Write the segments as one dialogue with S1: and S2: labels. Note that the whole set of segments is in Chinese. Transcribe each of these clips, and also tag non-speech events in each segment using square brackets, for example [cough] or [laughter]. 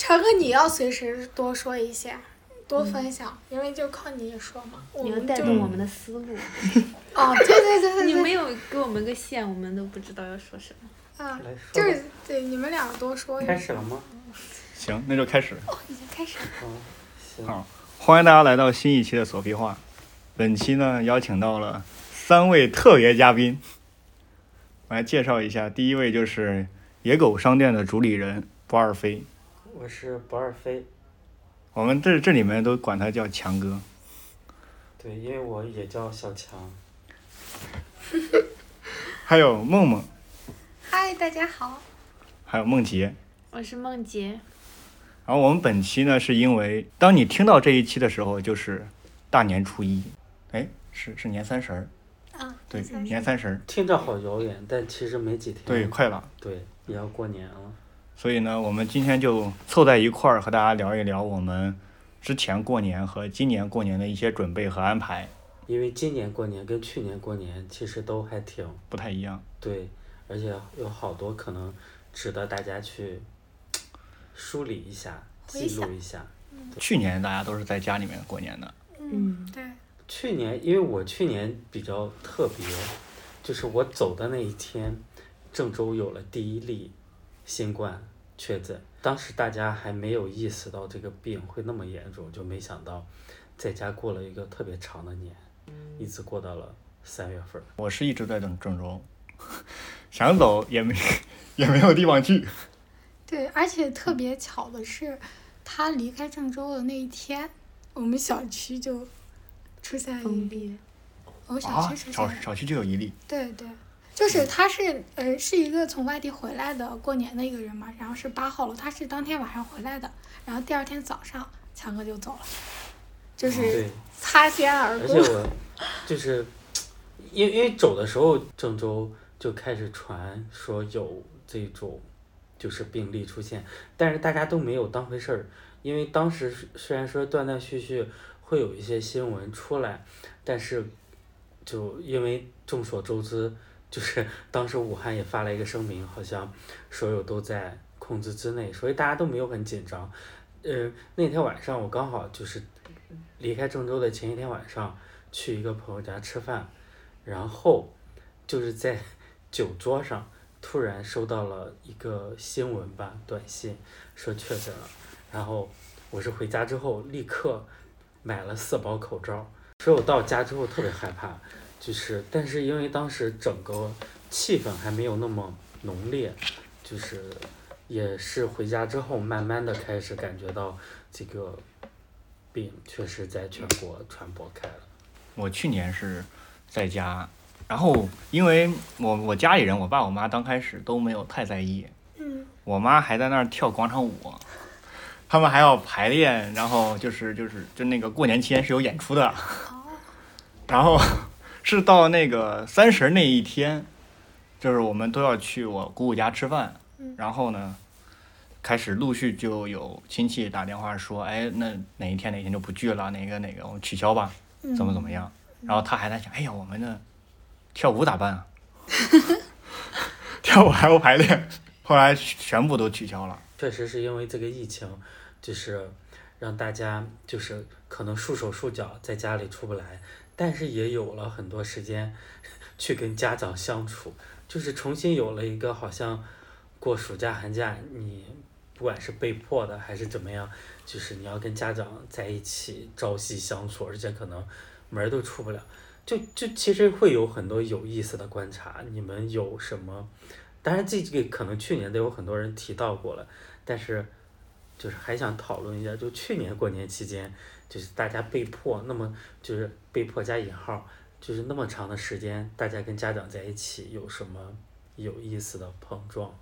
S1: 凯哥，你要随时多说一些，多分享，因为就靠你说嘛。我
S2: 你要
S1: 们
S2: 带
S1: 就
S2: 动我们的思路。
S1: 哦，对对对对
S3: [laughs] 你
S1: 对，
S3: 没有给我们个线，我们都不知道要说什么。
S1: 嗯，
S4: 来说
S1: 就
S4: 吧
S1: 是对你们俩多说一
S4: 开
S1: 点。
S4: 始了吗？
S5: 行，那就开始。
S1: 哦，已经开始了。
S4: 嗯，行。
S5: 好欢迎大家来到新一期的索皮话。本期呢，邀请到了三位特别嘉宾，我来介绍一下。第一位就是野狗商店的主理人不二飞，
S4: 我是不二飞，
S5: 我们这这里面都管他叫强哥。
S4: 对，因为我也叫小强。
S5: 还有梦梦，
S1: 嗨，大家好。
S5: 还有梦洁。
S3: 我是梦洁，
S5: 然后我们本期呢，是因为当你听到这一期的时候，就是大年初一，哎，是是年三十儿，
S1: 啊，
S5: 对，
S1: 三
S5: 年三十儿，
S4: 听着好遥远，但其实没几天。
S5: 对，快了。
S4: 对，也要过年了。
S5: 所以呢，我们今天就凑在一块儿和大家聊一聊我们之前过年和今年过年的一些准备和安排
S4: 因为今年过年跟去年过年其实都还挺
S5: 不太一样。
S4: 对，而且有好多可能值得大家去梳理一下、
S1: 回
S4: 记
S1: 想
S4: 录一下。
S5: 去年大家都是在家里面过年的，
S1: 嗯，对，
S4: 去年，因为我去年比较特别，就是我走的那一天，郑州有了第一例新冠确诊。当时大家还没有意识到这个病会那么严重，就没想到在家过了一个特别长的年，一直过到了三月份儿。
S5: 我是一直在等郑州， [laughs] 想走也没 [laughs] 也没有地方去。
S1: 对，而且特别巧的是，他离开郑州的那一天，我们小区就出现了一
S3: 封
S1: 例，
S3: 闭。
S1: 我们小
S5: 啊，
S1: 区出现
S5: 小
S1: 了。
S5: 小区就有一例，
S1: 对对，
S5: 嗯
S1: 就是他是呃是一个从外地回来的过年的一个人嘛，然后是八号楼，他是当天晚上回来的，然后第二天早上强哥就走了，就是
S5: 哦
S4: 对，
S1: 擦肩而
S4: 而且
S1: 过。
S4: 我就是因为因为走的时候，郑州就开始传说有这种就是病例出现，但是大家都没有当回事儿，因为当时虽虽然说断断续续会有一些新闻出来，但是就因为众所周知，就是当时武汉也发了一个声明，好像所有都在控制之内，所以大家都没有很紧张。呃，那天晚上我刚好就是离开郑州的前一天晚上，去一个朋友家吃饭，然后就是在 [laughs] 酒桌上突然收到了一个新闻吧短信，说确诊了。然后我是回家之后立刻买了四包口罩，所以我到家之后特别害怕，就是但是因为当时整个气氛还没有那么浓烈，就是也是回家之后慢慢的开始感觉到这个病确实在全国传播开了。
S5: 我去年是在家，然后因为我我家里人，我爸我妈刚开始都没有太在意，
S1: 嗯，
S5: 我妈还在那儿跳广场舞，他们还要排练，然后就是就是就那个过年期间是有演出的，
S1: 哦，
S5: 然后是到那个三十那一天，就是我们都要去我姑姑家吃饭
S1: 嗯，
S5: 然后呢，开始陆续就有亲戚打电话说，哎，那哪一天哪一天就不聚了，哪个哪个我们取消吧，
S1: 嗯
S5: 怎么怎么样，然后他还在想，哎呀，我们的跳舞咋 [laughs] 办啊？跳舞还要排练，后来全部都取消了。
S4: 确实是因为这个疫情，就是让大家就是可能束手束脚，在家里出不来，但是也有了很多时间去跟家长相处，就是重新有了一个好像过暑假寒假，你不管是被迫的还是怎么样，就是你要跟家长在一起朝夕相处，而且可能门儿都出不了。就就其实会有很多有意思的观察，你们有什么？当然，这个可能去年都有很多人提到过了，但是就是还想讨论一下，就去年过年期间，就是大家被迫，那么就是被迫加引号，就是那么长的时间，大家跟家长在一起有什么有意思的碰撞？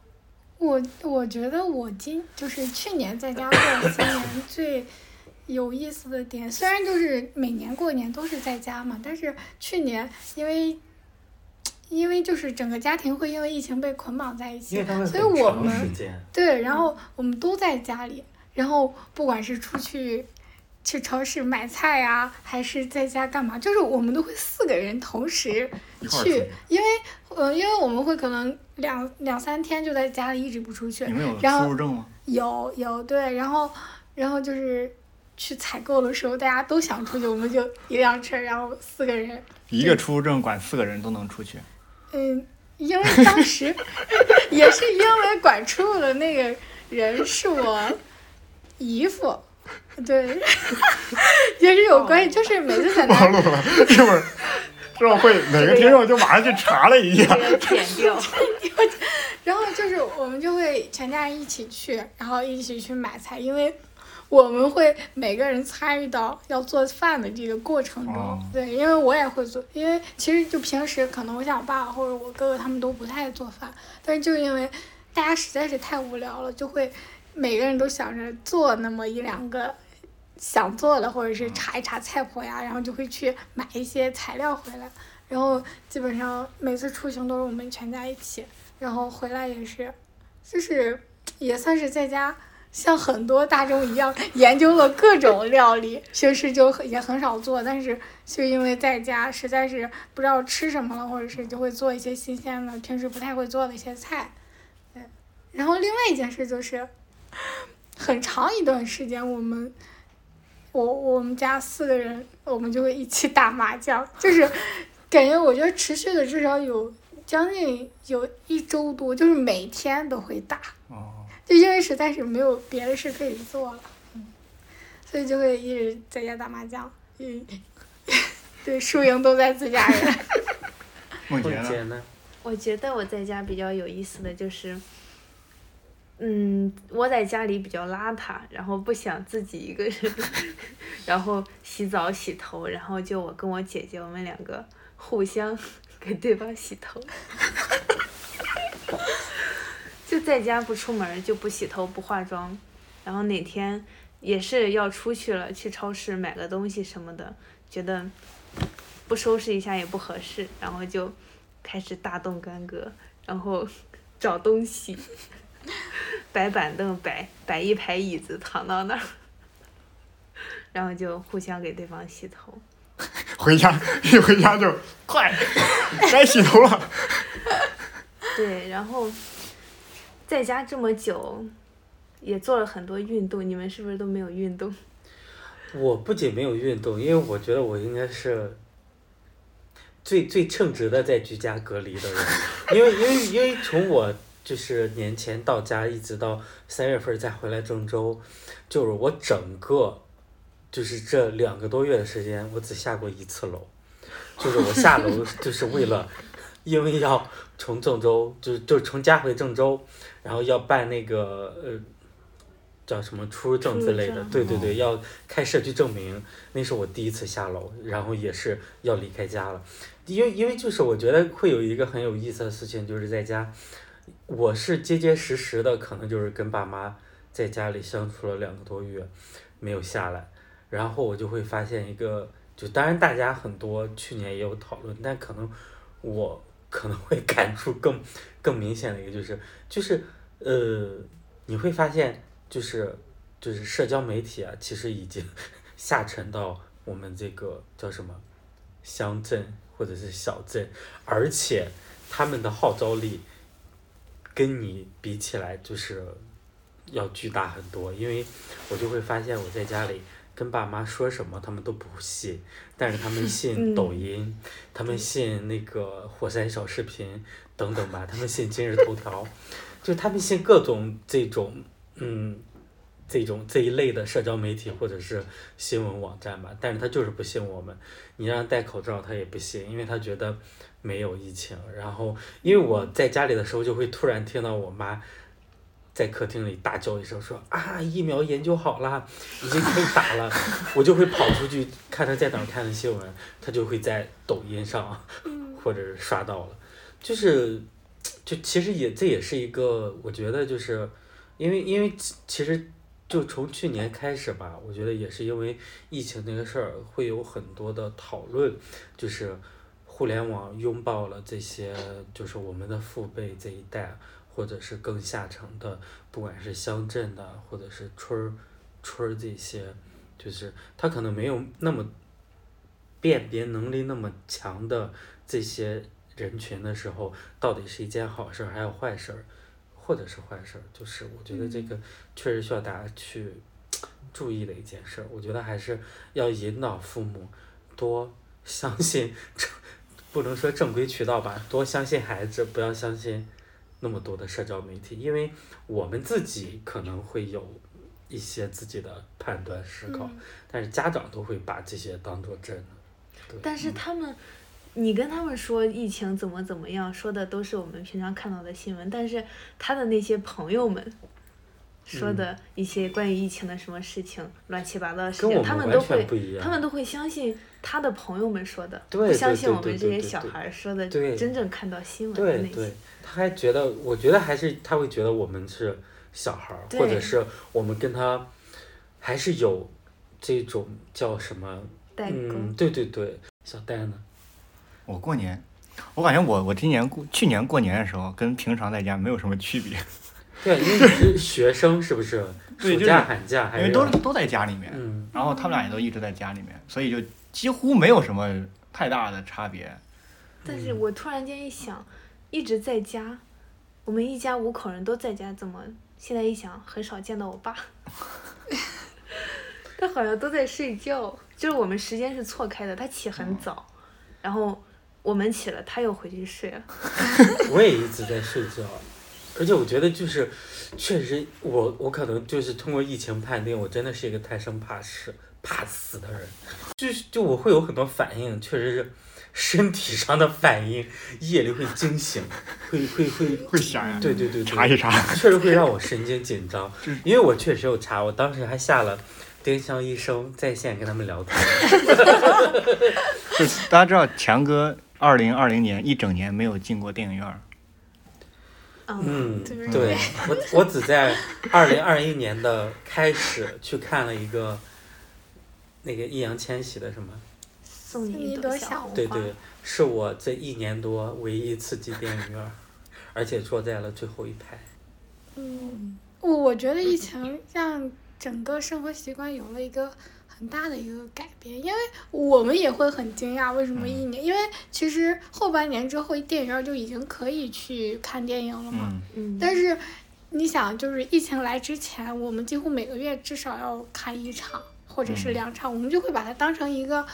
S1: 我我觉得我今就是去年在家过新年最有意思的点，虽然就是每年过年都是在家嘛，但是去年因为因为就是整个家庭会因为疫情被捆绑在一
S4: 因
S1: 起
S4: 为，它会
S1: 所以我
S4: 很长
S1: 们
S4: 时间，
S1: 对，然后我们都在家里，然后不管是出去去超市买菜啊，还是在家干嘛，就是我们都会四个人同时
S5: 一块儿出
S1: 去
S5: 去，
S1: 因为呃，因为我们会可能两两三天就在家里一直不出去
S5: 你，们有
S1: 然后
S5: 出入证吗？
S1: 有有对，然后然后就是去采购的时候，大家都想出去，我们就一辆车，然后四个人，
S5: 一个出入证管四个人都能出去。
S1: 嗯，因为当时 [laughs] 也是因为管出入的那个人是我姨父，对， [laughs] 也是有关系，就是每次在那
S5: 暴露了， [laughs] 是不是？这么会哪个听众就马上去查了一下
S3: 这？个要剪掉。
S1: 然后就是我们就会全家人一起去，然后一起去买菜，因为我们会每个人参与到要做饭的这个过程中。
S5: 哦
S1: 对，因为我也会做，因为其实就平时可能我想我爸爸或者我哥哥他们都不太爱做饭，但是就因为大家实在是太无聊了，就会每个人都想着做那么一两个。想做的，或者是查一查菜谱呀，然后就会去买一些材料回来，然后基本上每次出行都是我们全家一起，然后回来也是，就是也算是在家像很多大众一样研究了各种料理，平时就很也很少做，但是就因为在家实在是不知道吃什么了，或者是就会做一些新鲜的，平时不太会做的一些菜。对，然后另外一件事就是，很长一段时间我们。我我们家四个人，我们就会一起打麻将，就是感觉我觉得持续的至少有将近有一周多，就是每天都会打，
S5: 哦，
S1: 就因为实在是没有别的事可以做了，嗯，所以就会一直在家打麻将，嗯， [laughs] 对，输赢都在自家人。
S4: 梦
S5: 梦洁呢？
S4: 姐呢？
S3: 我觉得我在家比较有意思的就是，嗯，我在家里比较邋遢，然后不想自己一个人， [laughs] 然后洗澡洗头，然后就我跟我姐姐我们两个互相 [laughs] 给对方洗头， [laughs] 就在家不出门就不洗头不化妆，然后哪天也是要出去了，去超市买个东西什么的，觉得不收拾一下也不合适，然后就。开始大动干戈，然后 [laughs] 找东西， [laughs] 摆板凳，摆摆一排椅子，躺到那儿， [laughs] 然后就互相给对方洗头。
S5: 回家一回家 [laughs] 就快，该洗头了。
S3: 对，然后在家这么久，也做了很多运动，你们是不是都没有运动？
S4: 我不仅没有运动，因为我觉得我应该是最最称职的在居家隔离的人，因为因为因为从我就是年前到家一直到三月份再回来郑州，就是我整个就是这两个多月的时间，我只下过一次楼，就是我下 [laughs] 楼就是为了，因为要从郑州就就从家回郑州，然后要办那个呃。叫什么出入证之类
S3: 出
S4: 的
S3: 入证，
S4: 对对对，要开社区证明，那是我第一次下楼，然后也是要离开家了，因为因为就是我觉得会有一个很有意思的事情，就是在家，我是结结实实的，可能就是跟爸妈在家里相处了两个多月，没有下来，然后我就会发现一个，就当然大家很多去年也有讨论，但可能我可能会 [laughs] 感触更更明显的一个就是就是呃，你会发现就是就是社交媒体啊，其实已经 [laughs] 下沉到我们这个叫什么乡镇或者是小镇，而且他们的号召力跟你比起来就是要巨大很多，因为我就会发现我在家里。跟爸妈说什么，他们都不信，但是他们信
S3: 嗯
S4: 抖音，他们信那个火山小视频等等吧，他们信今日头条，就是他们信各种这种嗯，这种这一类的社交媒体或者是新闻网站吧，但是他就是不信我们。你让他戴口罩，他也不信，因为他觉得没有疫情。然后，因为我在家里的时候，就会突然听到我妈在客厅里大叫一声说，啊，疫苗研究好啦，已经可以打了。我就会跑出去看她在哪儿看的新闻，她就会在抖音上或者是刷到了，就是。就其实也这也是一个，我觉得就是，因为因为其其实就从去年开始吧，我觉得也是因为疫情这个事儿，会有很多的讨论，就是互联网拥抱了这些，就是我们的父辈这一代，或者是更下层的，不管是乡镇的，或者是村儿村儿这些，就是他可能没有那么辨别能力那么强的这些人群的时候，到底是一件好事儿还有坏事儿，或者是坏事儿，就是我觉得这个确实需要大家去注意的一件事儿。我觉得还是要引导父母多相信正，不能说正规渠道吧，多相信孩子，不要相信那么多的社交媒体，因为我们自己可能会有一些自己的判断思考，
S1: 嗯
S4: 但是家长都会把这些当做真的。
S3: 但
S4: 嗯
S3: 是他们，你跟他们说疫情怎么怎么样，说的都是我们平常看到的新闻，但是他的那些朋友们。
S4: 嗯
S3: 说的一些关于疫情的什么事情，乱七八糟的事
S4: 跟
S3: 情，
S4: 我
S3: 啊
S4: 们
S3: 他们
S4: 完
S3: 都
S4: 全
S3: 会
S4: 不一，样
S3: 他们都会相信他的朋友们说的，
S4: 对
S3: 不相信
S4: 对
S3: 我
S4: 对
S3: 们这
S4: 对
S3: 些
S4: 对
S3: 小
S4: 对
S3: 孩儿说的，
S4: 对
S3: 真正看到新闻的
S4: 对
S3: 那
S4: 对
S3: 些。，
S4: 他还觉得，我觉得还是他会觉得我们是小孩儿，或者
S3: 对
S4: 是我们跟他还是有这种叫什么？
S3: 代沟，
S4: 嗯，对对对，小戴呢？
S5: 我过年，我感觉我我今年过去年过年的时候跟平常在家没有什么区别，
S4: 对，啊因为你是学生，是不是？
S5: [laughs] 对
S4: 暑
S5: 就是
S4: 假、寒假
S5: 因
S4: 还
S5: 为
S4: 是
S5: 都都在家里面，
S4: 嗯，
S5: 然后他们俩也都一直在家里面，所以就几乎没有什么太大的差别。
S3: 但是我突然间一想，一直在家，我们一家五口人都在家，怎么现在一想很少见到我爸？ [laughs] 他好像都在睡觉，就是我们时间是错开的，他起很早，然后我们起了，他又回去睡了。
S4: 我也一直在睡觉，而且我觉得就是，确实我我可能就是通过疫情判定，我真的是一个贪生怕死、怕死的人，就是就我会有很多反应，确实是身体上的反应，夜里会惊醒，会会会，
S5: 会想呀
S4: 对对对对，
S5: 查一查，
S4: 确实会让我神经紧张，因为我确实有查，我当时还下了丁香医生在线跟他们聊天，
S5: 就是 [laughs] 大家知道强哥二零二零年一整年没有进过电影院儿，
S3: 嗯，
S4: 嗯，
S1: 对
S4: 对我我只在二零二一年的开始去看了一个那个易烊千玺的什么，
S3: 送你
S1: 你
S3: 一
S1: 一
S3: 朵
S1: 朵
S3: 小
S1: 小
S3: 红
S1: 红
S4: 对
S3: 花。
S4: 对，是我这一年多唯一一次进电影院，而且坐在了最后一排。
S1: 嗯，我我觉得疫情让整个生活习惯有了一个很大的一个改变，因为我们也会很惊讶为什么一年，因为其实后半年之后电影院就已经可以去看电影了嘛，
S5: 嗯，
S3: 嗯，
S1: 但是你想，就是疫情来之前，我们几乎每个月至少要看一场或者是
S5: 嗯
S1: 两场，我们就会把它当成一个，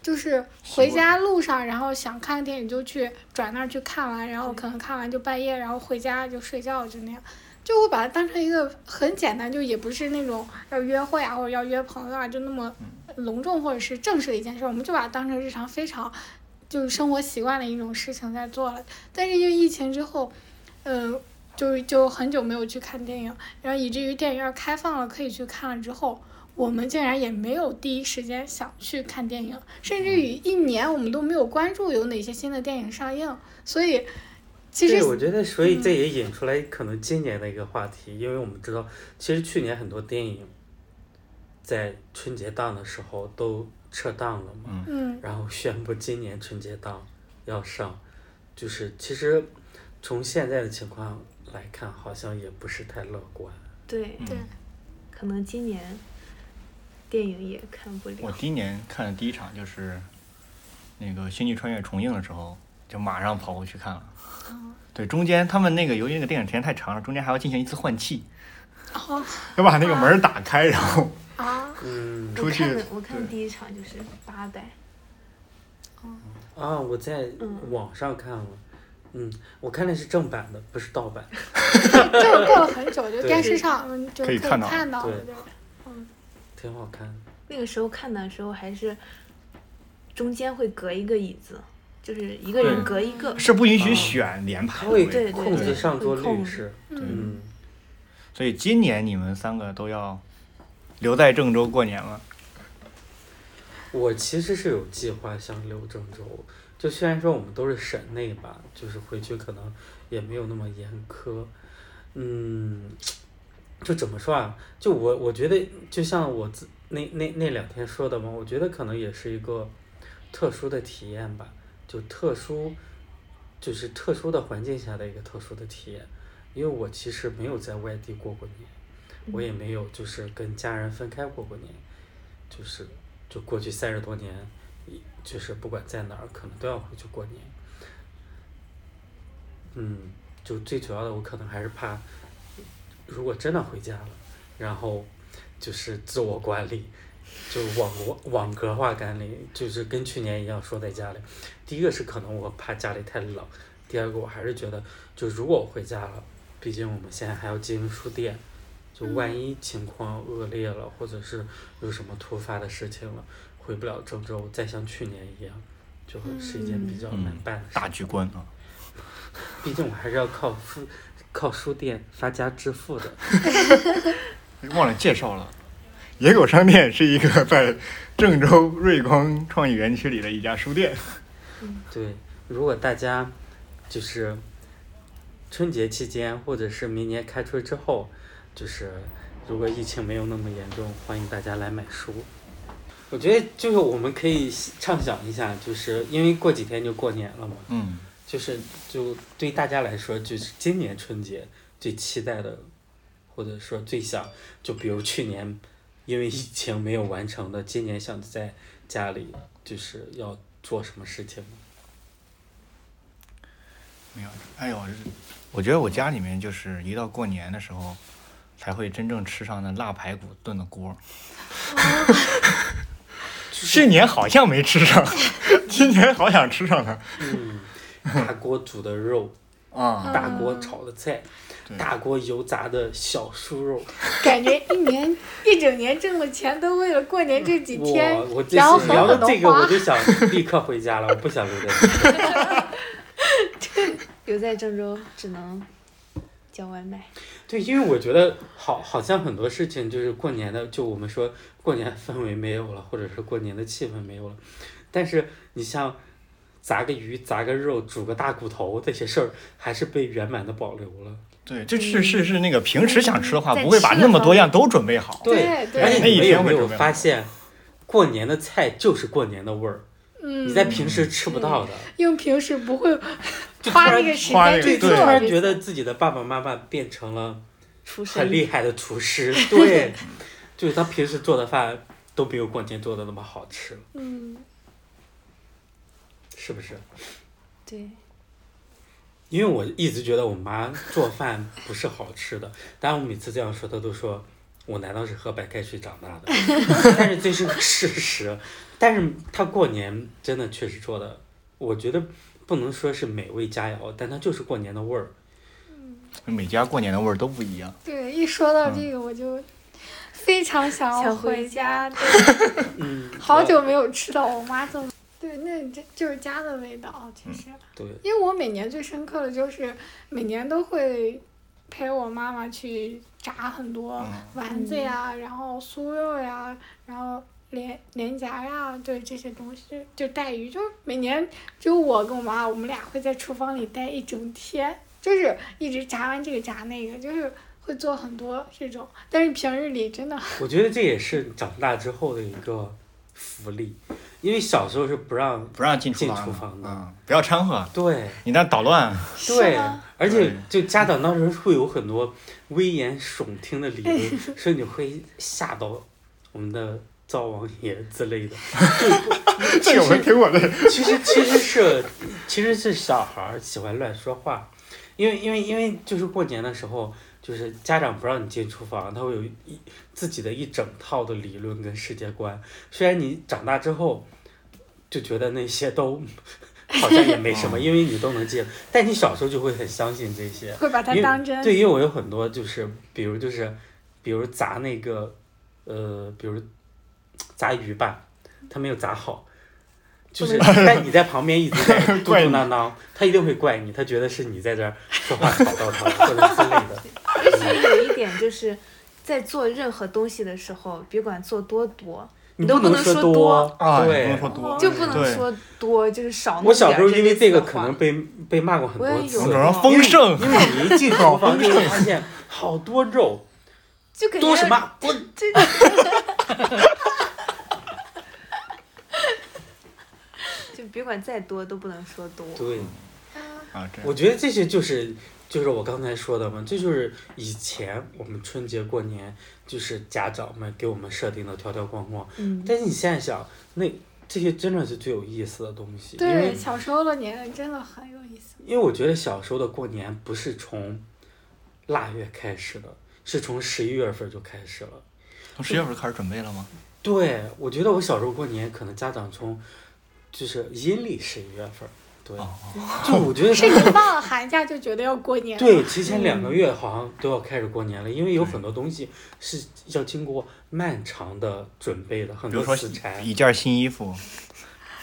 S1: 就是
S5: 习
S1: 回
S5: 惯
S1: 家路上，然后想看个电影就去转那儿去看完，然后可能看完就半夜，然后回家就睡觉，就那样。就会把它当成一个很简单，就也不是那种要约会啊，或者要约朋友啊，就那么
S5: 嗯
S1: 隆重或者是正式的一件事，我们就把它当成日常非常就是生活习惯的一种事情在做了。但是因为疫情之后，嗯，就就很久没有去看电影，然后以至于电影院开放了可以去看了之后，我们竟然也没有第一时间想去看电影，甚至于一年我们都没有关注有哪些新的电影上映，所以其实
S4: 对，我觉得，所以这也引出来可能今年的一个话题，因为我们知道，其实去年很多电影在春节档的时候都撤档了嘛，
S1: 嗯
S4: 然后宣布今年春节档要上，就是其实从现在的情况来看，好像也不是太乐观。
S3: 对，
S5: 嗯
S1: 对
S3: 可能今年电影也看不
S5: 我
S3: 了。
S5: 第一年看的第一场就是那个《星际穿越》重映的时候，就马上跑过去看了。对，中间他们那个由于那个电影时间太长了，中间还要进行一次换气，
S1: 哦
S5: 要把那个门儿打开，然后
S1: 啊
S4: 嗯，
S5: 出
S3: 我
S5: 去
S3: 看的我看的
S5: 对
S3: 第一场就是八代，
S4: 啊，我在
S3: 嗯
S4: 网上看了，嗯，我看的是正版的，不是盗版。
S1: 这个过了很久，就
S4: 对
S1: 电视上嗯就
S5: 可以
S1: 以
S5: 看到
S1: 看到了，
S4: 对
S1: 对吧
S4: 挺好看的。
S3: 那个时候看的时候还是中间会隔一个椅子，就是一个人
S5: 对
S3: 隔一个。
S5: 是不允许
S4: 啊
S5: 选连排
S4: 它
S5: 的
S4: 会
S5: 位置。
S3: 对
S4: 控制上座
S3: 会控
S4: 率
S3: 制
S4: 是，
S1: 嗯，
S4: 嗯，
S5: 所以今年你们三个都要留在郑州过年吗？
S4: 我其实是有计划想留郑州，就虽然说我们都是省内吧，就是回去可能也没有那么严苛，嗯，就怎么说啊？就我我觉得，就像我自那那那两天说的嘛，我觉得可能也是一个特殊的体验吧，就特殊，就是特殊的环境下的一个特殊的体验，因为我其实没有在外地过过年，我也没有就是跟家人分开过过年，就是就过去三十多年，一就是不管在哪儿，可能都要回去过年。嗯，就最主要的，我可能还是怕如果真的回家了，然后就是自我管理，就网格网格化管理，就是跟去年一样说在家里。第一个是可能我怕家里太冷，第二个我还是觉得，就如果我回家了，毕竟我们现在还要经营书店，就万一情况恶劣了，或者是有什么突发的事情了，回不了郑州，再像去年一样，就会是一件比较难办的事。
S5: 大局观啊，
S4: 毕竟我还是要靠书 [laughs] 靠书店发家致富的。
S5: 忘了介绍了。野狗商店是一个在郑州瑞光创意园区里的一家书店。
S4: 对，如果大家就是春节期间，或者是明年开春之后，就是如果疫情没有那么严重，欢迎大家来买书。我觉得就是我们可以畅想一下，就是因为过几天就过年了嘛，
S5: 嗯，
S4: 就是就对大家来说，就是今年春节最期待的，或者说最想，就比如去年因为疫情没有完成的，今年想在家里就是要做什么事情吗？
S5: 没有。哎呦，我觉得我家里面就是一到过年的时候，才会真正吃上那腊排骨炖的 [laughs] 锅。去年好像没吃上， [laughs] 今年好想吃上它
S4: 嗯， [laughs] 大锅煮的肉，
S5: 啊！
S1: 嗯
S4: 大锅炒的菜，
S5: 对
S4: 大锅油炸的小酥肉。
S1: 感觉一年一整年挣的钱都为了过年这几天
S4: 我我，这
S1: 然后
S4: 是
S1: 狠
S4: 聊
S1: 狠
S4: 到
S1: 的
S4: 这个，我
S1: 花。
S4: 就想立刻回家了，我不想留在这。
S3: 留在郑州只能叫外卖。
S4: 对，因为我觉得好，好像很多事情就是过年的，就我们说过年氛围没有了，或者是过年的气氛没有了。但是你像炸个鱼、炸个肉、煮个大骨头这些事儿，还是被圆满的保留了。
S5: 对，这是是是那个平时想吃的话，
S3: 在
S5: 不会把
S3: 吃的
S5: 那么
S3: 方
S5: 多
S3: 面
S5: 样都准备好。
S1: 对对
S4: 而且
S5: 那一
S4: 你们
S5: 天
S4: 有
S5: 会
S4: 没有
S5: 准备
S4: 发
S5: 好
S4: 现，过年的菜就是过年的味儿，
S1: 嗯
S4: 你，在平时吃不到的。
S1: 用平时不会
S4: 就突
S1: 花
S4: 然
S1: 那个时
S5: 花
S1: 间
S5: 那个
S1: 去
S4: 对，就
S1: 做
S5: 对
S4: 突然
S1: 这
S4: 觉得
S1: 些
S4: 自己的爸爸妈妈变成了
S3: 出
S4: 很
S3: 身
S4: 厉害的厨师，对，就是他平时做的饭都没有过年做的那么好吃，
S1: 嗯，
S4: 是不是？
S3: 对，
S4: 因为我一直觉得我妈做饭不是好吃的， [laughs] 但我每次这样说，她都说我难道是喝白开水长大的？ [laughs] 但是这是个事实。但是她过年真的确实做的，我觉得不能说是美味佳肴，但它就是过年的味儿。
S5: 每家过年的味儿都不一样。
S1: 对，一说到这个我就非常想要
S3: 想回
S1: 回家，对
S4: 嗯，
S1: 好久没有吃到我妈做的。对，那这就是家的味道，其实。
S4: 对，
S1: 因为我每年最深刻的就是每年都会陪我妈妈去炸很多
S5: 嗯
S1: 丸子呀，然后酥肉呀，然后莲莲夹呀，对这些东西，就带鱼，就是每年只有我跟我妈，我们俩会在厨房里待一整天，就是一直炸完这个炸那个，就是会做很多这种，但是平日里真的 [laughs]
S4: 我觉得这也是长大之后的一个福利，因为小时候是不让
S5: 不让进厨
S4: 进
S5: 房，
S4: 厨房的
S5: 嗯，不要掺和，
S4: 对
S5: 你那捣乱，
S4: 对
S1: 吗，
S4: 而且就家长当时会有很多危言耸听的理
S5: [laughs]
S4: 论，说你会吓到我们的灶王爷之类的。
S5: [laughs] 这个我没听过这。
S4: 其实其实是其实是小孩儿喜欢乱说话，因为因为因为就是过年的时候，就是家长不让你进厨房，他会有一自己的一整套的理论跟世界观。虽然你长大之后就觉得那些都 [laughs] 好像也没什么，因为你都能接，但你小时候就会很相信这些。
S1: 会把它
S4: 因为
S1: 当真。
S4: 对，因为我有很多就是，比如就是，比如炸那个，呃，比如炸鱼吧，他没有炸好，就是但你在旁边一直在嘟嘟
S5: 怪你
S4: 囔囔，他一定会怪你，他觉得是你在这儿说话吵到他了或者之类的。
S3: 而且有一点就是，在做任何东西的时候，别管做多多，
S4: 你
S3: 都
S4: 不
S3: 不能
S4: 能
S3: 说
S4: 多
S3: 多，
S5: 啊，也不
S4: 对哦
S5: 能。说多，
S3: 就不能
S5: 对
S3: 说多，就是少。
S4: 我小时候因为这个可能被被骂过很
S3: 我也
S4: 多
S3: 有
S4: 次，
S5: 我
S3: 过
S5: 主
S4: 因
S5: 要丰盛，
S4: 为你一进
S5: [laughs]
S4: 厨房就会发现好多肉，
S3: 就感觉
S4: 多什么多
S3: 这
S4: [laughs]
S3: 就别管再多都不能说多。
S4: 对。
S5: 啊，这
S4: 我觉得这些就是就是我刚才说的嘛，这就是以前我们春节过年就是家长们给我们设定的条条框框，
S3: 嗯，
S4: 但是你现在想，那这些真的是最有意思的东西，因
S1: 对，
S4: 为
S1: 小时候的年代真的很有意思。
S4: 因为我觉得小时候的过年不是从腊月开始的，是从十一月份就开始了。
S5: 从十月份开始准备了吗？
S4: 对，我觉得我小时候过年，可能家长从就是阴历十一月份，对，
S5: 哦
S4: 就我觉得
S1: 是
S4: 是
S1: 你放了寒假就觉得要过年了，
S5: 嗯
S4: 对，提前两个月好像都要开始过年了，因为有很多东西是要经过漫长的准备的，很
S5: 比如
S4: 多
S5: 说
S4: 食材，
S5: 一件新衣服，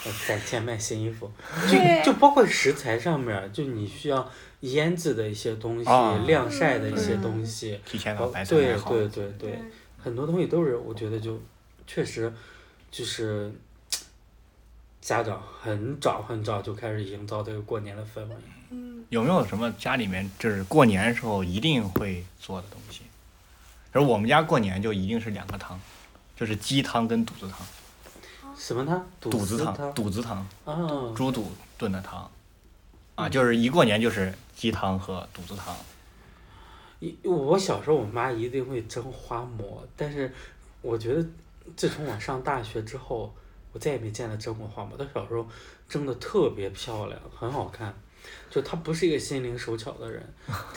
S4: 呃展现卖新衣服，
S1: 对
S4: 就包括食材上面儿，就你需要腌制的一些东西，
S5: 啊
S4: 晾晒的一些
S1: 嗯
S4: 东西，
S5: 提前把
S4: 包
S5: 白菜
S4: 对
S5: 买好。
S4: 哦对对对，很多东西都是我觉得就确实就是家长很早很早就开始营造这个过年的氛围。
S1: 嗯，
S5: 有没有什么家里面就是过年时候一定会做的东西？而我们家过年就一定是两个汤，就是鸡汤跟肚子汤，
S4: 什么呢？
S5: 肚
S4: 嗯子
S5: 子
S4: 汤
S5: 汤，肚子汤，
S4: 啊，
S5: 猪肚炖的汤，啊，
S4: 嗯
S5: 就是一过年就是鸡汤和肚子汤。
S4: 一我小时候我妈一定会蒸花馍，但是我觉得自从我上大学之后，我再也没见她蒸过花馍。她小时候蒸的特别漂亮，很好看。就她不是一个心灵手巧的人，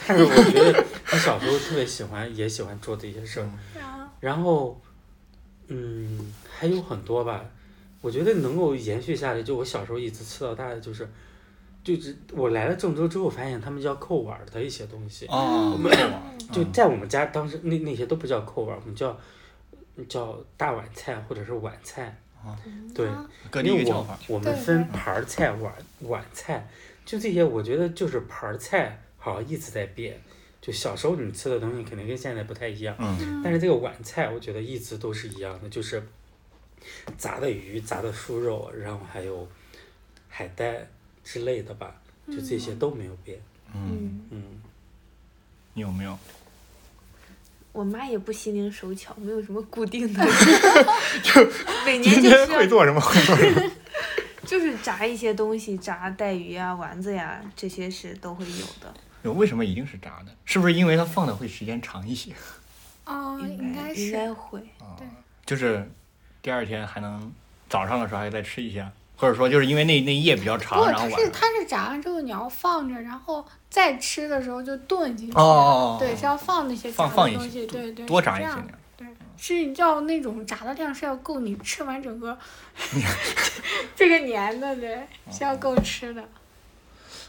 S4: 但是我觉得她小时候特别喜欢，也喜欢做这些事儿。
S1: 然后
S4: 然后，嗯，还有很多吧。我觉得能够延续下来，就我小时候一直吃到大的，就是，就是我来了郑州之后，发现他们叫扣碗儿的一些东西。
S5: 哦，
S4: 就在我们家当时那那些都不叫扣碗，我们叫叫大碗菜或者是碗菜。
S5: 哦
S4: 对，
S5: 各地
S4: 因
S5: 一
S4: 为
S5: 个叫
S4: 我
S5: 法。
S4: 我
S1: 嗯
S4: 们
S1: 啊对
S4: 分盘儿菜、碗碗菜，就这些，我觉得就是盘儿菜好像一直在变。就小时候你吃的东西肯定跟现在不太一样，
S5: 嗯，
S1: 嗯
S4: 但是这个碗菜我觉得一直都是一样的，就是炸的鱼、炸的酥肉，然后还有海带之类的吧，就这些都没有变。
S1: 嗯，
S4: 嗯，
S5: 你有没有？
S3: 我妈也不心灵手巧，没有什么固定
S5: [laughs]
S3: 的， [laughs] 每年就
S5: 天
S3: 是
S5: [laughs] 会做什么？会做什么？
S3: 就是炸一些东西，炸带鱼啊、丸子呀、这些是都会有的。
S5: 有为什么一定是炸的？是不是因为它放的会时间长一些？
S1: 哦，应该
S3: 应该
S1: 是
S3: 会。
S5: 啊
S1: 对，
S5: 就是第二天还能早上的时候还再吃一下，或者说就是因为那那一夜比较长，
S1: 不，
S5: 然后
S1: 它
S5: 晚
S1: 是
S5: 上
S1: 它是炸完之后你要放着，然后再吃的时候就炖进去。
S5: 哦哦哦哦
S1: 对，是要放那些炸
S5: 放
S1: 的
S5: 放一
S1: 东
S5: 些
S1: 西，，对对，
S5: 多
S1: 是
S5: 炸一
S1: 这
S5: 些
S1: 样
S5: 那样。
S1: 对，是要那种炸的量是要够你吃完整个 [laughs]
S5: [laughs]
S1: 这个年的，对，是要够吃的。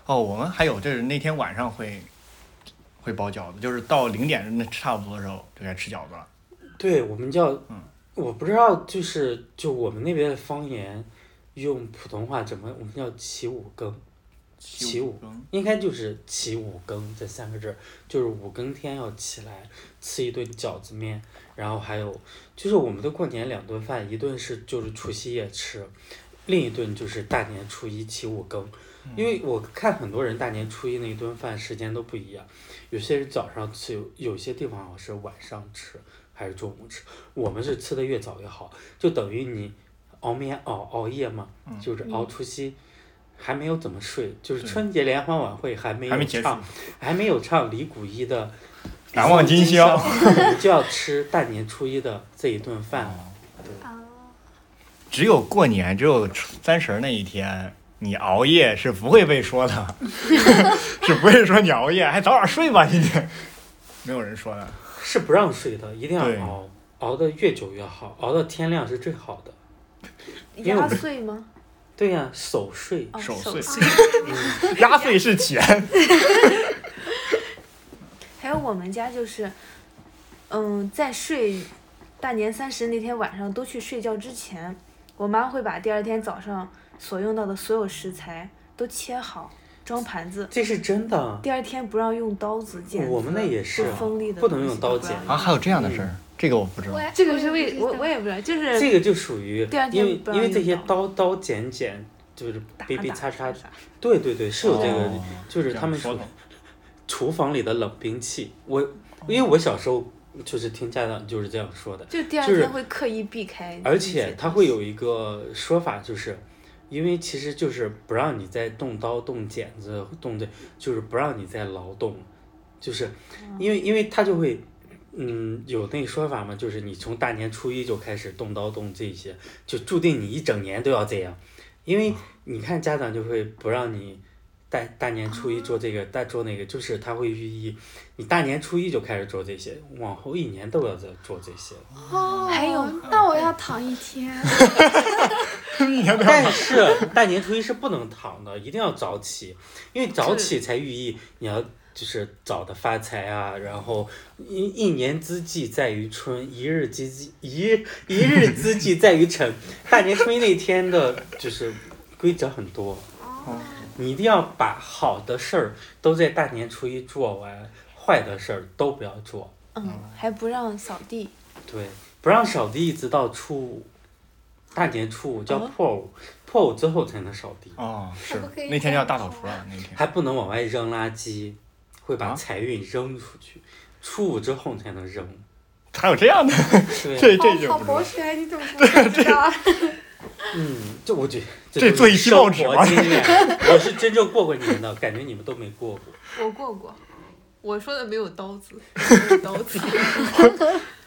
S5: 哦，我们还有就是那天晚上会会包饺子，就是到零点那差不多的时候就该吃饺子了。
S4: 对我们叫，
S5: 嗯
S4: 我不知道，就是就我们那边的方言，用普通话怎么我们叫起五更，起
S5: 五
S4: 五
S5: 更，
S4: 应该就是起五更这三个字儿，就是五更天要起来吃一顿饺子面，然后还有就是我们的过年两顿饭，一顿是就是除夕夜吃，另一顿就是大年初一起五更，
S5: 嗯
S4: 因为我看很多人大年初一那一顿饭时间都不一样，有些人早上吃，有有些地方好像是晚上吃还是中午吃，我们是吃的越早越好，就等于你熬眠熬熬夜嘛，就是熬除夕。还没有怎么睡，就是
S5: 嗯对
S4: 春节联欢晚会还没有
S5: 还
S4: 唱，
S5: 没结束
S4: 还没有唱李谷一的《
S5: 难忘今宵
S4: 我们就要吃大年初一的这一顿饭
S5: 哦
S4: 了。
S1: 啊，
S5: 只有过年，只有三十儿那一天，你熬夜是不会被说的，
S1: [laughs]
S5: 是不会说你熬夜，还早点睡吧，今天没有人说的。
S4: 是不让睡的，一定
S5: 对
S4: 要熬，熬得越久越好，熬到天亮是最好的。因为我
S3: 压
S4: 们
S3: 岁吗？
S4: 对呀、守岁。嗯
S3: 哦，
S5: 守岁
S3: 岁。
S5: 压岁是钱，
S3: 还有我们家就是，嗯，在睡大年三十那天晚上都去睡觉之前，我妈会把第二天早上所用到的所有食材都切好，装盘子。
S4: 这是
S3: [laughs]
S4: 真的，
S3: 第二天不让用刀子剪子，
S4: 我们那也是
S3: 不锋利的
S4: 不能用
S3: 东西
S4: 刀
S3: 都不让
S4: 剪
S3: 用
S5: [laughs] 啊，还有这样的事儿，这个我不知道
S1: 我。也
S3: 这个是
S1: 我也
S3: 为
S1: 不
S3: 我
S1: 知道
S3: 我也不知道，就是
S4: 这个就属于
S3: 啊第二，天
S4: 因为
S3: 不让
S4: 因为这些
S3: 用
S4: 刀刀剪剪，就是
S3: 打
S4: 背背
S3: 打
S4: 叉叉，
S3: 啥
S4: 对对对，是有这个
S5: 哦，
S4: 就是他们
S5: 这样
S4: 说
S5: 说头
S4: 厨房里的冷兵器。我因为我小时候就是听家长就是这样说的，
S3: 就第二
S4: 就是
S3: 天会刻意避开，
S4: 而且它会有一个说法，就是因为其实就是不让你再动刀、动剪子、动这，就是不让你再劳动，就是因为因为它就会。嗯，有那说法嘛，就是你从大年初一就开始动刀动这些，就注定你一整年都要这样，因为你看家长就会不让你大大大年初一做这个，大做那个，就是它会寓意你大年初一就开始做这些，往后一年都要再做这些。
S1: 哦，
S3: 还有
S1: 那我要躺一天。
S5: 你要不要？
S4: 但是大年初一是不能躺的，一定要早起，因为早起才寓意你要就是早的发财啊。然后一一年之计在于春，一日之计一一日之计在于晨。大年初一那天的就是规则很多，你一定要把好的事儿都在大年初一做完，坏的事儿都不要做。
S3: 嗯，还不让扫地，
S4: 对，不让扫地，直到初五，大年初五叫破五，破五之后才能扫地。
S5: 哦，是
S1: 可不可以
S5: 那天
S1: 再
S5: 叫大扫
S1: 跑
S5: 除了，
S1: [laughs]
S5: 那天。
S4: 还不能往外扔垃圾，会把
S5: 啊
S4: 财运扔出去。初五之后才能扔。
S5: 还有这样的？
S4: 对，
S5: [laughs]
S4: 啊
S5: 这这就
S1: 好
S5: 不知
S1: 博
S5: 道。
S1: 学，你
S5: [laughs]
S1: 怎么不知道？
S4: 嗯，这我觉得
S5: 这
S4: 就是
S5: 做一期
S4: 生
S5: 报纸
S4: 活
S5: 吧
S4: 经验，我是真正过过年的，感觉你们都没过过。
S2: 我过过，我说的没有刀
S3: [laughs]
S2: 子，没有刀子。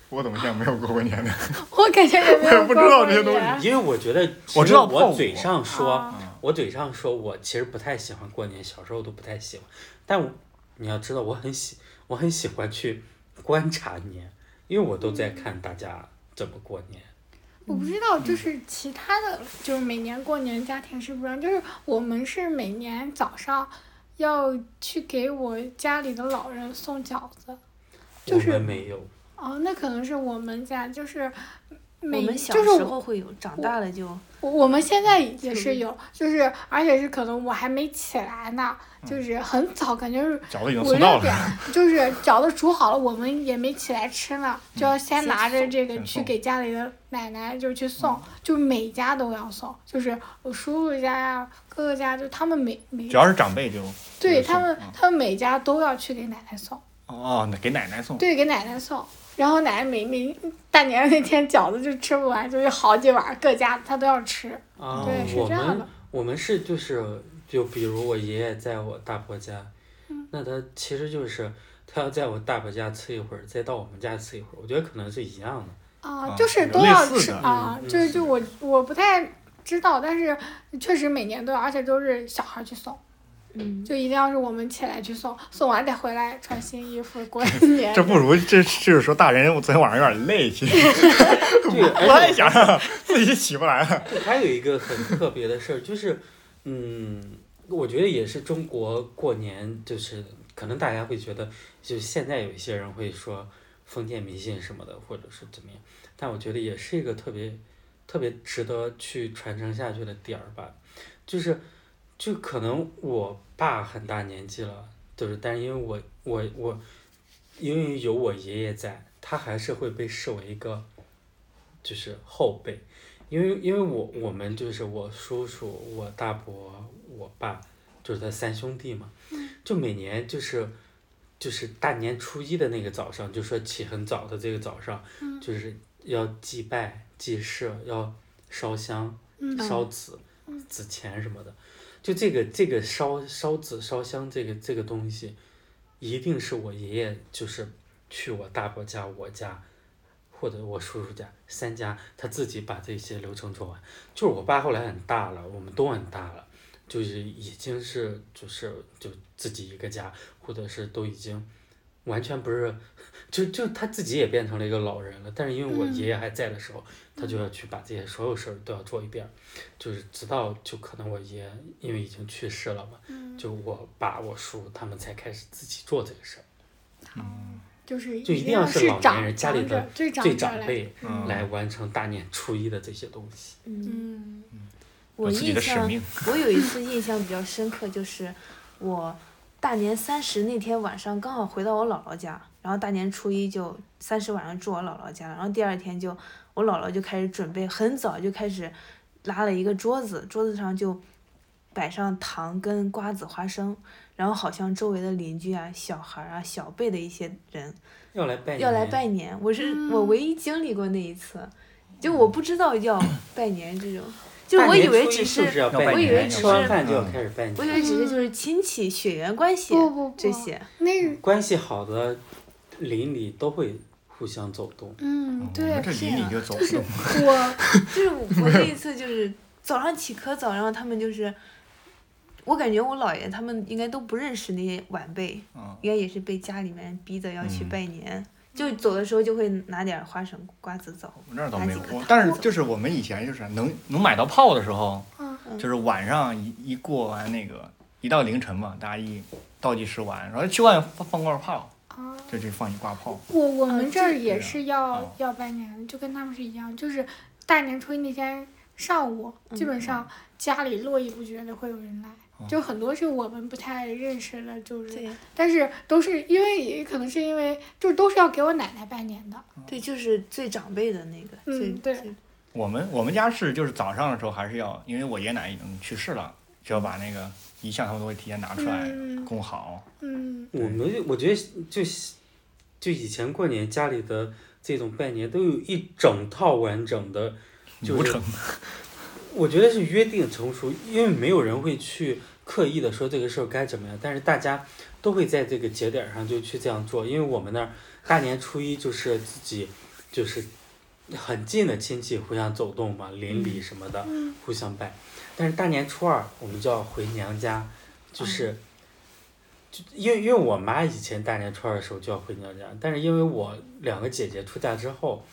S5: 我怎么像没有过过年
S1: [laughs]
S5: 呢？
S1: [laughs] 我感觉也没有
S5: 我也不知道
S1: 过过
S5: 这些东西
S1: 年
S4: 因为我觉得，
S5: [laughs] 我知道
S4: 其实
S5: 泡
S4: 我
S5: 芙
S4: 嘴上说，
S1: 啊
S4: 我嘴上说我其实不太喜欢过年，小时候都不太喜欢。但我你要知道，我很喜，我很喜欢去观察年，因为我都
S5: 嗯
S4: 在看大家怎么过年。
S1: 我不
S3: 嗯
S1: 知道，就是其他的，就是每年过年家庭是不一样。就是我们是每年早上要去给我家里的老人送饺子。就
S4: 我
S1: 是
S4: 们没有，
S1: 哦，那可能是我们家，就是每
S3: 我 [laughs] 们小
S1: 就是
S3: 时
S1: 我
S3: 候会有，长大了就
S1: 我我们现在也
S3: 是不
S1: 是
S3: 是
S1: 有，就是而且是可能我还没起来呢，就是很早，感觉是
S5: 饺子已经
S1: 五
S5: 送到
S1: 六
S5: 了
S1: 点，就是饺子煮好了，我们也没起来吃呢，就要先拿着这个
S5: 嗯先
S1: 去
S5: 送嗯
S1: 给家里的奶奶就去送，就每家都要送，就是我叔叔家呀、哥哥家，就他们每每
S5: 只要是长辈就
S1: 对
S5: 就送
S1: 他们
S5: 嗯
S1: 他们每家都要去给奶奶送，
S5: 哦，那给奶奶送。
S1: 对，给奶奶送。然后奶奶每每大年那天饺子就吃不完，就是好几碗，各家她都要吃。
S4: 啊，
S1: 对是
S4: 我
S1: 这样
S4: 们
S1: 的
S4: 我们是就是就比如我爷爷在我大伯家，
S1: 嗯
S4: 那他其实就是他要在我大伯家吃一会儿，再到我们家吃一会儿，我觉得可能是一样的。
S1: 啊
S5: 啊，
S1: 就是
S5: 有
S1: 都
S5: 类
S1: 要
S5: 似
S1: 吃
S5: 的
S1: 啊
S4: 嗯，嗯
S1: 就是就我我不太知道，但是确实每年都要，而且都是小孩去送，
S3: 嗯，
S1: 就一定要是我们起来去送，送完得回来穿新衣服
S5: [laughs]
S1: 过年。
S5: 这不如这就是说大人，我昨天晚上有点累，其实
S1: [laughs]
S4: 对，
S5: 不
S4: 而
S5: 太
S4: 且
S5: 想让自己起不来了。
S4: 对还有一个很特别的事儿，就是嗯，我觉得也是中国过年，就是可能大家会觉得，就是现在有一些人会说封建迷信什么的，或者是怎么样，但我觉得也是一个特别特别值得去传承下去的点儿吧，就是就可能我爸很大年纪了，就是但是因为我我我因为有我爷爷在，他还是会被视为一个就是后辈。因为因为我我们就是我叔叔、我大伯、我爸，就是他三兄弟嘛，就每年就是就是大年初一的那个早上，就说起很早的这个早上，就是要祭拜、祭祀，要烧香、
S1: 嗯
S4: 烧纸、纸钱什么的。就这个这个烧烧纸、烧香这个这个东西，一定是我爷爷就是去我大伯家、我家或者我叔叔家三家，他自己把这些流程做完。就是我爸后来很大了，我们都很大了，就是已经是就是就自己一个家，或者是都已经完全不是， [laughs] 就就他自己也变成了一个老人了。但是因为我
S1: 嗯
S4: 爷爷还在的时候，他就要去把这些所有事儿都要做一遍儿，就是直到就可能我爷因为已经去世了嘛，
S1: 嗯
S4: 就我爸我叔他们才开始自己做这个事儿。
S1: 嗯就是
S4: 就一定
S1: 要
S4: 要
S1: 是
S4: 是老
S1: 长
S4: 年人家里
S1: 长者
S4: 的
S1: 最
S4: 最
S1: 长
S4: 长
S1: 来
S4: 辈
S5: 嗯
S4: 来完成大年初一的这些东西。
S1: 嗯
S3: 我
S5: 有自己
S3: 印
S5: 的使
S3: 象
S5: 命。
S3: 我有一次印象比较深刻，就是我大年三十那天晚上刚好回到我姥姥家，然后大年初一就三十晚上住我姥姥家了，然后第二天就我姥姥就开始准备，很早就开始拉了一个桌子，桌子上就摆上糖跟瓜子、花生，然后好像周围的邻居啊、小孩啊、小辈的一些人
S4: 要来拜年，
S3: 要来拜年，我是、我唯一经历过那一次，就我不知道要拜年这种，就
S4: 大
S3: 我
S4: 年
S3: 以为嗯
S4: 初一
S3: 只
S4: 是啊不是要
S5: 要
S4: 拜
S5: 拜
S4: 年
S5: 年
S3: 要
S4: 吃完
S3: 拜
S4: 饭就要
S5: 年
S4: 开始拜
S3: 我以
S4: 年，
S3: 为只是就是亲戚血缘关系
S1: 不不不嗯
S3: 这些， [laughs]
S1: 那个
S4: 关系好的邻里都会互相走动。
S1: 嗯
S5: 我
S1: 对
S5: 哦们这
S3: 是
S5: 邻
S3: 啊
S5: 里就走
S1: 就
S5: 不
S1: 是
S5: 动。
S1: 我
S5: [laughs]
S3: 就是我那一次就是早上起可早，然后他们就是。我感觉我姥爷他们应该都不认识那些晚辈，
S5: 嗯，
S3: 应该也是被家里面逼着要去
S5: 嗯
S3: 拜年，就走的时候就会拿点花生、瓜子走。
S5: 我那儿倒没
S3: 拿
S5: 有
S3: 几个
S5: 过
S3: 糖，
S5: 但是就是我们以前就是能能买到炮的时候，
S1: 嗯
S5: 就是晚上一一过完那个一到凌晨嘛，大家一倒计时完，然后去外面放放罐炮，
S1: 啊。
S5: 就去放一挂炮。
S1: 我我们这儿也
S5: 哦这
S1: 是要、
S5: 哦
S1: 要拜年的，就跟他们是一样，就是大年初一那天上午，基本上家里络绎不绝的会有人来，
S5: 哦
S1: 就很多是我们不太认识的，就是，
S3: 对
S1: 但是都是因为也可能是因为就是都是要给我奶奶拜年的，
S3: 对，就是最长辈的那个，
S1: 嗯
S3: 最
S1: 对
S3: 最
S5: 我们我们家是就是早上的时候还是要，因为我爷爷奶奶已经去世了，就要把那个遗像他们都会提前拿出来
S1: 嗯
S5: 供好。
S1: 嗯，
S4: 我们我觉得就是就以前过年家里的这种拜年都有一整套完整的，就是
S5: 流程
S4: 我觉得是约定成熟，因为没有人会去刻意的说这个事儿该怎么样，但是大家都会在这个节点上就去这样做，因为我们那儿大年初一就是自己就是很近的亲戚互相走动嘛，邻里什么的互相拜，但是大年初二我们就要回娘家，就是。就因为因为我妈以前大年初二的时候就要回娘家，但是因为我两个姐姐出嫁之后，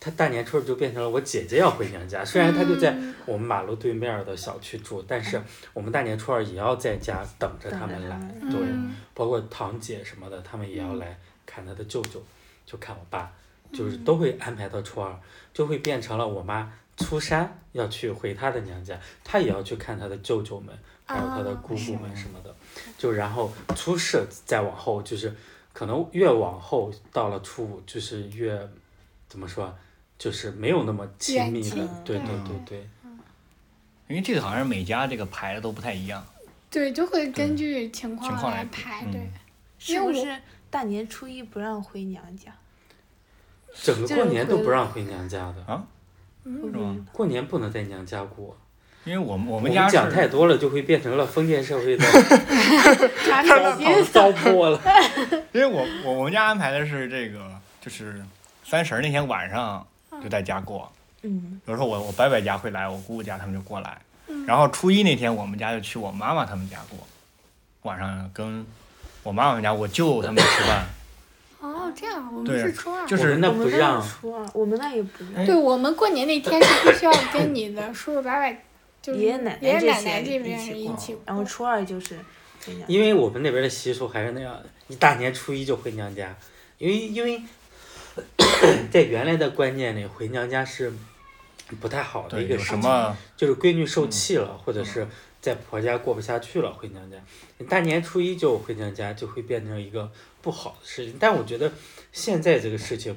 S4: 她大年初二就变成了我姐姐要回娘家，虽然她就在
S1: 嗯
S4: 我们马路对面的小区住，但是我们大年初二也要在家等着他
S3: 长辈
S4: 们
S3: 他
S4: 来，
S3: 们。
S4: 对
S1: 嗯
S4: 包括堂姐什么的，他们也要来看他的舅舅，就看我爸，就是都会安排到初二，就会变成了我妈初三要去回她的娘家，她也要去看她的舅舅们，还有她的
S1: 啊
S4: 姑姑们什么的，就然后初四再往后就是，可能越往后到了初五就是越，怎么说啊，就是没有那么亲
S1: 远
S4: 密
S1: 亲
S4: 了，对对
S5: 嗯
S4: 对对。
S5: 因为这个好像每家这个排的都不太一样。
S1: 对，就会根据情况
S5: 情况来
S1: 排，
S5: 嗯
S1: 对，
S3: 是
S1: 因为
S3: 不
S1: 我
S3: 是大年初一不让回娘家？
S4: 整个
S3: 就
S4: 过
S3: 是
S4: 年都
S3: 回
S4: 不让回娘家的，
S1: 嗯
S3: 会不
S5: 是吗
S3: 会
S4: 过年不能在娘家过。
S5: 因为我们我
S4: 我
S5: 们家
S4: 讲
S5: 是
S4: 太多了，就会变成了封建社会的
S3: 查
S4: 糟
S3: 手机？
S4: 糠糟粕了。
S5: 因为我我我们家安排的是这个，就是三十儿那天晚上就在家过。
S3: 嗯，
S5: 有时候我我伯伯家会来，我姑姑家他们就过来。
S1: 嗯
S5: 然后初一那天我们家就去我妈妈他们家过，晚上跟我妈妈家我舅他们吃饭。
S1: 哦，这样我们
S5: 嗯对
S1: 是初二，
S5: 就
S4: 我
S5: 是
S4: 们那
S3: 我
S4: 不
S3: 们那
S4: 让
S3: 儿，初二，我们那儿也不让。
S1: 对我们过年那天是必须要跟你
S5: [laughs]
S1: 的叔叔伯伯，就是
S3: 嗯爷爷奶奶
S1: 爷爷
S3: 这
S1: 奶
S3: 些
S1: 奶这
S3: 一
S1: 边
S3: 起
S1: 人一
S5: 过
S1: 起过，
S3: 然后初二就是回娘家。
S4: 因为我们那边的习俗还是那样的，一大年初一就回娘家，因为因
S5: [coughs]
S4: 为在原来的观念里，回娘家是不太好的
S5: 对，
S4: 一个
S5: 有
S4: 事
S5: 什
S4: 情，
S5: 么
S4: 就是闺女
S5: 嗯
S4: 受气了，或者是在婆家过不下去了，回娘家。你大年初一就回娘家，就会变成一个不好的事情。但我觉得现在这个事情，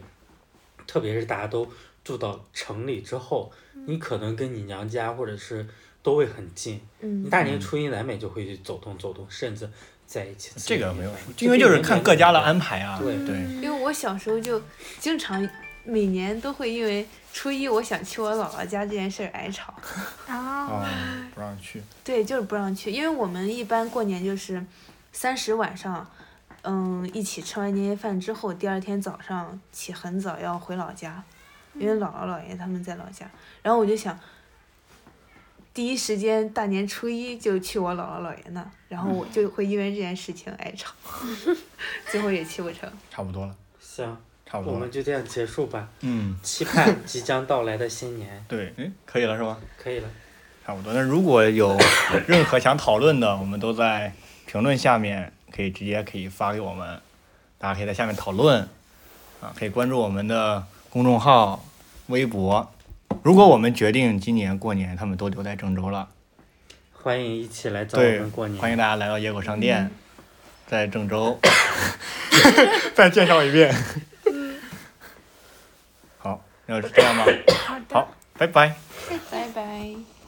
S4: 特别是大家都住到城里之后，
S5: 嗯
S4: 你可能跟你娘家或者是都会很近。你
S3: 嗯，
S4: 大年初一难免就会去走动走动，甚至在一起。
S5: 这个没有，因为就是看各家的安排啊。
S4: 对
S5: 对，
S3: 因为
S1: 哦
S3: 我小时候就经常每年都会因为初一我想去我姥姥家这件事儿挨吵。
S1: 啊，
S5: 嗯，不让去。
S3: 对，就是不让去，因为我们一般过年就是三十晚上，嗯，一起吃完年夜饭之后，第二天早上起很早要回老家，因为姥姥姥爷他们在老家。然后我就想，第一时间大年初一就去我姥姥姥爷那，然后我就会因为这件事情挨吵， [laughs] 最后也去不成。
S5: 差不多了，
S4: 行，
S5: 差不
S4: 我
S5: 多
S4: 们
S5: 了。
S4: 就这样结束吧，
S5: 嗯，
S4: 期盼即将到来的新年，
S5: 对，哎，可以了是吧？
S4: 可以了。
S5: 差不多。那如果
S1: [coughs]
S5: 有任何想讨论的，我们都在评论下面可以直接可以发给我们，大家可以在下面讨论啊，可以关注我们的公众号、微博。如果我们决定今年过年他们都留在郑州了，
S4: 欢迎一起来找我
S5: 对
S4: 们过，年。
S5: 欢迎大家来到野果商店，
S1: 嗯
S5: 在郑
S1: [laughs]
S5: 州。再介绍一遍。好，那就这样吧。
S1: 好的。
S5: 好，拜拜。
S3: 拜拜。